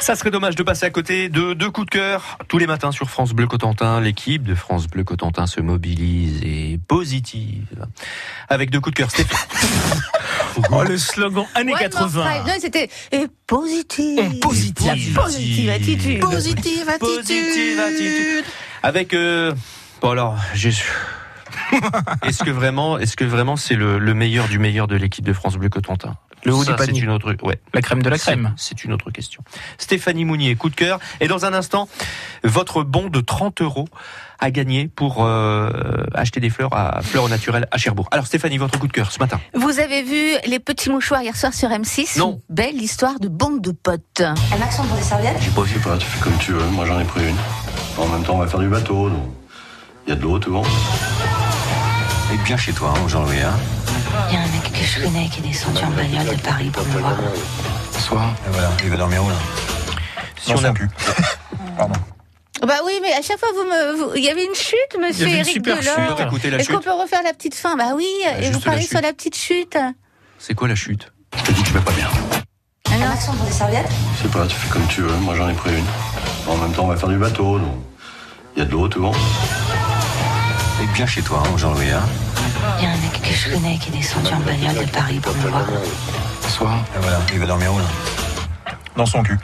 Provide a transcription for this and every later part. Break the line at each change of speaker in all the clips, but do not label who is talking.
Ça serait dommage de passer à côté de deux coups de cœur. Tous les matins sur France Bleu Cotentin, l'équipe de France Bleu Cotentin se mobilise et positive. Avec deux coups de cœur, Stéphane.
Oh, le slogan années 80.
Non, c'était et positive.
Positive.
La positive attitude.
Positive attitude.
Positive attitude. Avec euh, bon alors, j'ai est-ce que vraiment, est-ce que vraiment c'est le, le meilleur du meilleur de l'équipe de France Bleu Cotentin
Le haut
Ça,
du panier.
c'est une autre, ouais,
La crème de la crème.
C'est c'est une autre question. Stéphanie Mounier, coup de cœur. Et dans un instant, votre bon de 30 euros à gagner pour euh, acheter des fleurs à fleurs au naturel à Cherbourg. Alors Stéphanie, votre coup de cœur ce matin.
Vous avez vu les petits mouchoirs hier soir sur M6
Non.
Une Belle histoire de bande de potes.
Un accent pour des serviettes
J'ai pas vu, pas, tu fais comme tu veux, moi j'en ai pris une. En même temps, on va faire du bateau, donc. Il y a de l'eau, tout bon. Et bien chez toi, hein, Jean-Louis, hein
Il y a un mec que je connais qui est descendu en bagnole de Paris pour me voir.
Bonsoir. Et voilà, il va dormir où, là
Si on a
plus.
Bah oui, mais à chaque fois, vous me, vous- il y avait une chute, monsieur
avait une
Eric
super
Delors.
chute.
écouté la
Est-ce qu'on
chute,
peut refaire la petite fin Bah oui, et
juste
vous
la
parlez
chute.
sur la petite chute. Ah
c'est quoi la chute
Je te dis que je vais pas bien.
Un
non.
accent pour des serviettes
Je sais pas, tu fais comme tu veux, moi j'en ai pris une. En même temps, on va faire du bateau, donc. Il y a de l'eau, tout bon. Et bien chez toi, hein, Jean-Louis, hein
Il y a un mec que je connais qui est descendu en bagnole de Paris pour me voir.
Bonsoir. Et voilà, il va dormir où, là Dans son cul.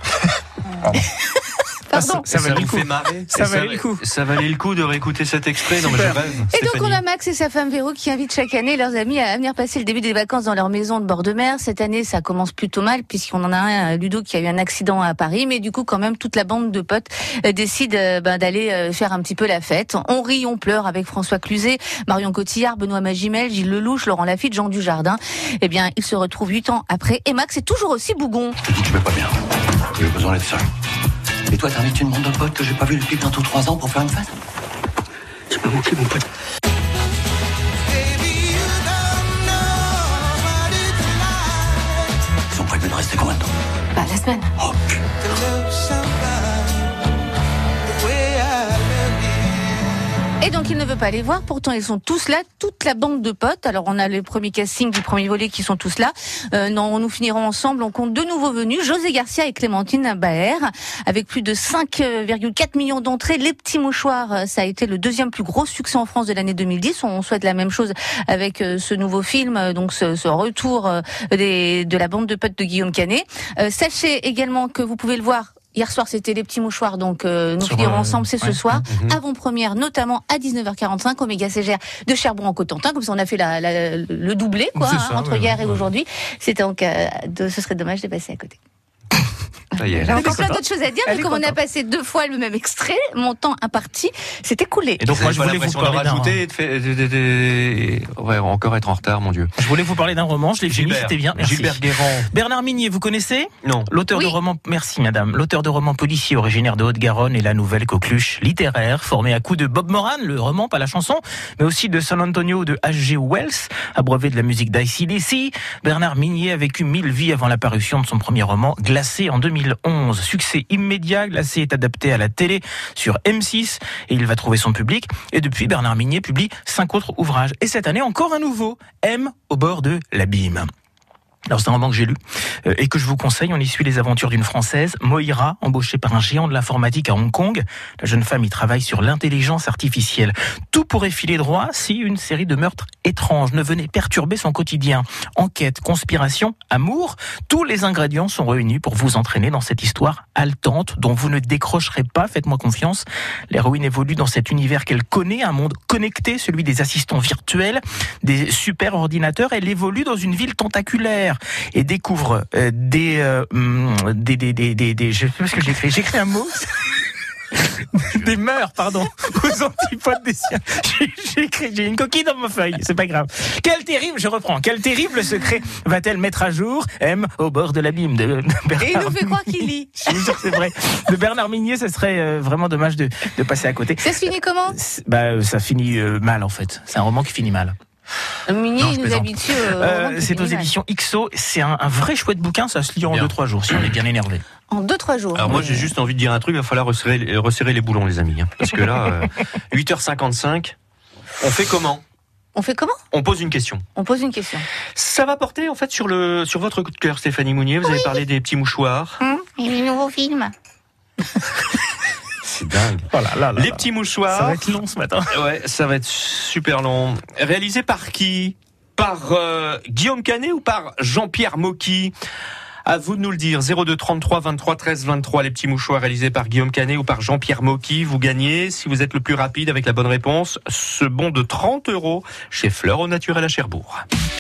Pardon.
Ça valait le
vous
coup.
fait marrer
Ça
Et
valait le coup.
Ça valait le coup de réécouter cet extrait. Non mais je
Super.
rêve.
Et donc
Stéphanie.
on a Max et sa femme Véro qui invitent chaque année leurs amis à venir passer le début des vacances dans leur maison de bord de mer. Cette année ça commence plutôt mal puisqu'on en a un, euh, Ludo, qui a eu un accident à Paris. Mais du coup quand même toute la bande de potes euh, décide euh, ben, d'aller euh, faire un petit peu la fête. On rit, on pleure avec François Cluzet, Marion Cotillard, Benoît Magimel, Gilles Lelouch, Laurent Lafitte, Jean Dujardin. Eh bien ils se retrouvent huit ans après et Max est toujours aussi bougon.
Je te dis que je vais pas bien. J'ai besoin d'être seul.
Et toi, t'invites une bande de potes que j'ai pas vu depuis bientôt trois ans pour faire une fête C'est pas manqué, mon pote. Ils ont prévu de rester combien de temps
Bah, la semaine.
Oh putain
Et donc il ne veut pas les voir, pourtant ils sont tous là, toute la bande de potes. Alors on a les premiers castings du premier volet qui sont tous là. Euh, non, nous finirons ensemble, on compte deux nouveaux venus, José Garcia et Clémentine Baer, avec plus de 5,4 millions d'entrées. Les petits mouchoirs, euh, ça a été le deuxième plus gros succès en France de l'année 2010. On souhaite la même chose avec euh, ce nouveau film, euh, donc ce, ce retour euh, des- de la bande de potes de Guillaume Canet. Euh, sachez également que vous pouvez le voir. Hier soir, c'était les petits mouchoirs, donc euh, nous
Sur,
finirons
euh,
ensemble, c'est ce
ouais.
soir
Mhm.
avant-première, notamment à 19h45 au méga CGR de Cherbourg en Cotentin. Comme ça, on a fait la- la- le doublé quoi,
C'est
hein,
ça,
entre
ouais,
hier et
ouais.
aujourd'hui. C'était donc, euh, de- ce serait dommage de passer à côté.
Ça y est.
Elle est
On a plein
contente.
d'autres choses à dire,
Elle
mais
est
comme on a
contente.
passé deux fois le même extrait, mon temps imparti s'est écoulé.
Et donc, moi, je voulais vous
l'impression de
parler d'un.
rajouter et de faire- de- de- de- Ouais, encore être en retard, mon Dieu.
Je voulais vous parler d'un roman. Je l'ai fini. C'était bien. Merci.
Gilbert Guérand.
Bernard Minier, vous connaissez
Non.
L'auteur de
Oui.
romans, merci madame, l'auteur de romans policiers originaire de Haute-Garonne et la nouvelle coqueluche littéraire, formée à coups de Bob Moran, le roman, pas la chanson, mais aussi de San Antonio de H.G. Wells, abreuvé de la musique d'ICDC. Bernard Minier a vécu mille vies avant la parution de son premier roman, Glacé, en 2011. Succès immédiat, Glacé est adapté à la télé sur M6 et il va trouver son public. Et depuis, Bernard Minier publie cinq autres ouvrages. Et cette année, encore un nouveau, M au bord de l'abîme. Alors c'est un roman que j'ai lu euh, et que je vous conseille. On y suit les aventures d'une Française, Moira, embauchée par un géant de l'informatique à Hong Kong. La jeune femme y travaille sur l'intelligence artificielle. Tout pourrait filer droit si une série de meurtres étranges ne venait perturber son quotidien. Enquête, conspiration, amour, tous les ingrédients sont réunis pour vous entraîner dans cette histoire haletante dont vous ne décrocherez pas, faites-moi confiance. L'héroïne évolue dans cet univers qu'elle connaît, un monde connecté, celui des assistants virtuels, des super ordinateurs. Elle évolue dans une ville tentaculaire et découvre euh, des, euh, hum, des, des, des, des, des- je sais pas ce que j'ai fait, j'ai écrit un mot. des mœurs, pardon, aux antipodes des siens. J'ai- J'ai écrit, j'ai une coquille dans ma feuille, c'est pas grave. Quel terrible, je reprends, quel terrible secret va-t-elle mettre à jour M au bord de l'abîme de, de
Et il
Bernard
nous fait croire qu'il lit.
je vous jure que c'est vrai. De Bernard Minier, ça serait euh, vraiment dommage de, de passer à côté.
Ça se finit comment
C'est- Bah, euh, ça finit euh, mal en fait. C'est un roman qui finit mal.
Mini
Non, je
nous
plaisante.
habitue.
Euh,
euh, au roman
c'est
qui
aux
finit mal.
éditions XO. C'est un, un vrai chouette bouquin. Ça se lit en
Bien.
2-3 jours si on est bien énervé.
En deux trois jours. Euh,
Alors moi j'ai juste envie de dire un truc, il va falloir resserrer, les- resserrer les boulons les amis. hein. parce que là, euh, 8h55, on fait comment
On fait comment
On pose une question.
On pose une question.
Hmm?
Ça va porter en fait sur, le, sur votre coup de cœur Stéphanie Mounier, vous avez parlé des petits mouchoirs.
Hum.
Et le nouveau film.
C'est dingue.
Voilà, là, là,
Les
là.
petits mouchoirs.
Ça va être long ce matin.
Ouais, ça va être super long. Réalisé par qui Par euh, Guillaume Canet ou par Jean-Pierre Mocky à vous de nous le dire, 02 33 23 13 23, les petits mouchoirs réalisés par Guillaume Canet ou par Jean-Pierre Mocky, vous gagnez, si vous êtes le plus rapide avec la bonne réponse, ce bon de 30 euros chez Fleur au Naturel à Cherbourg.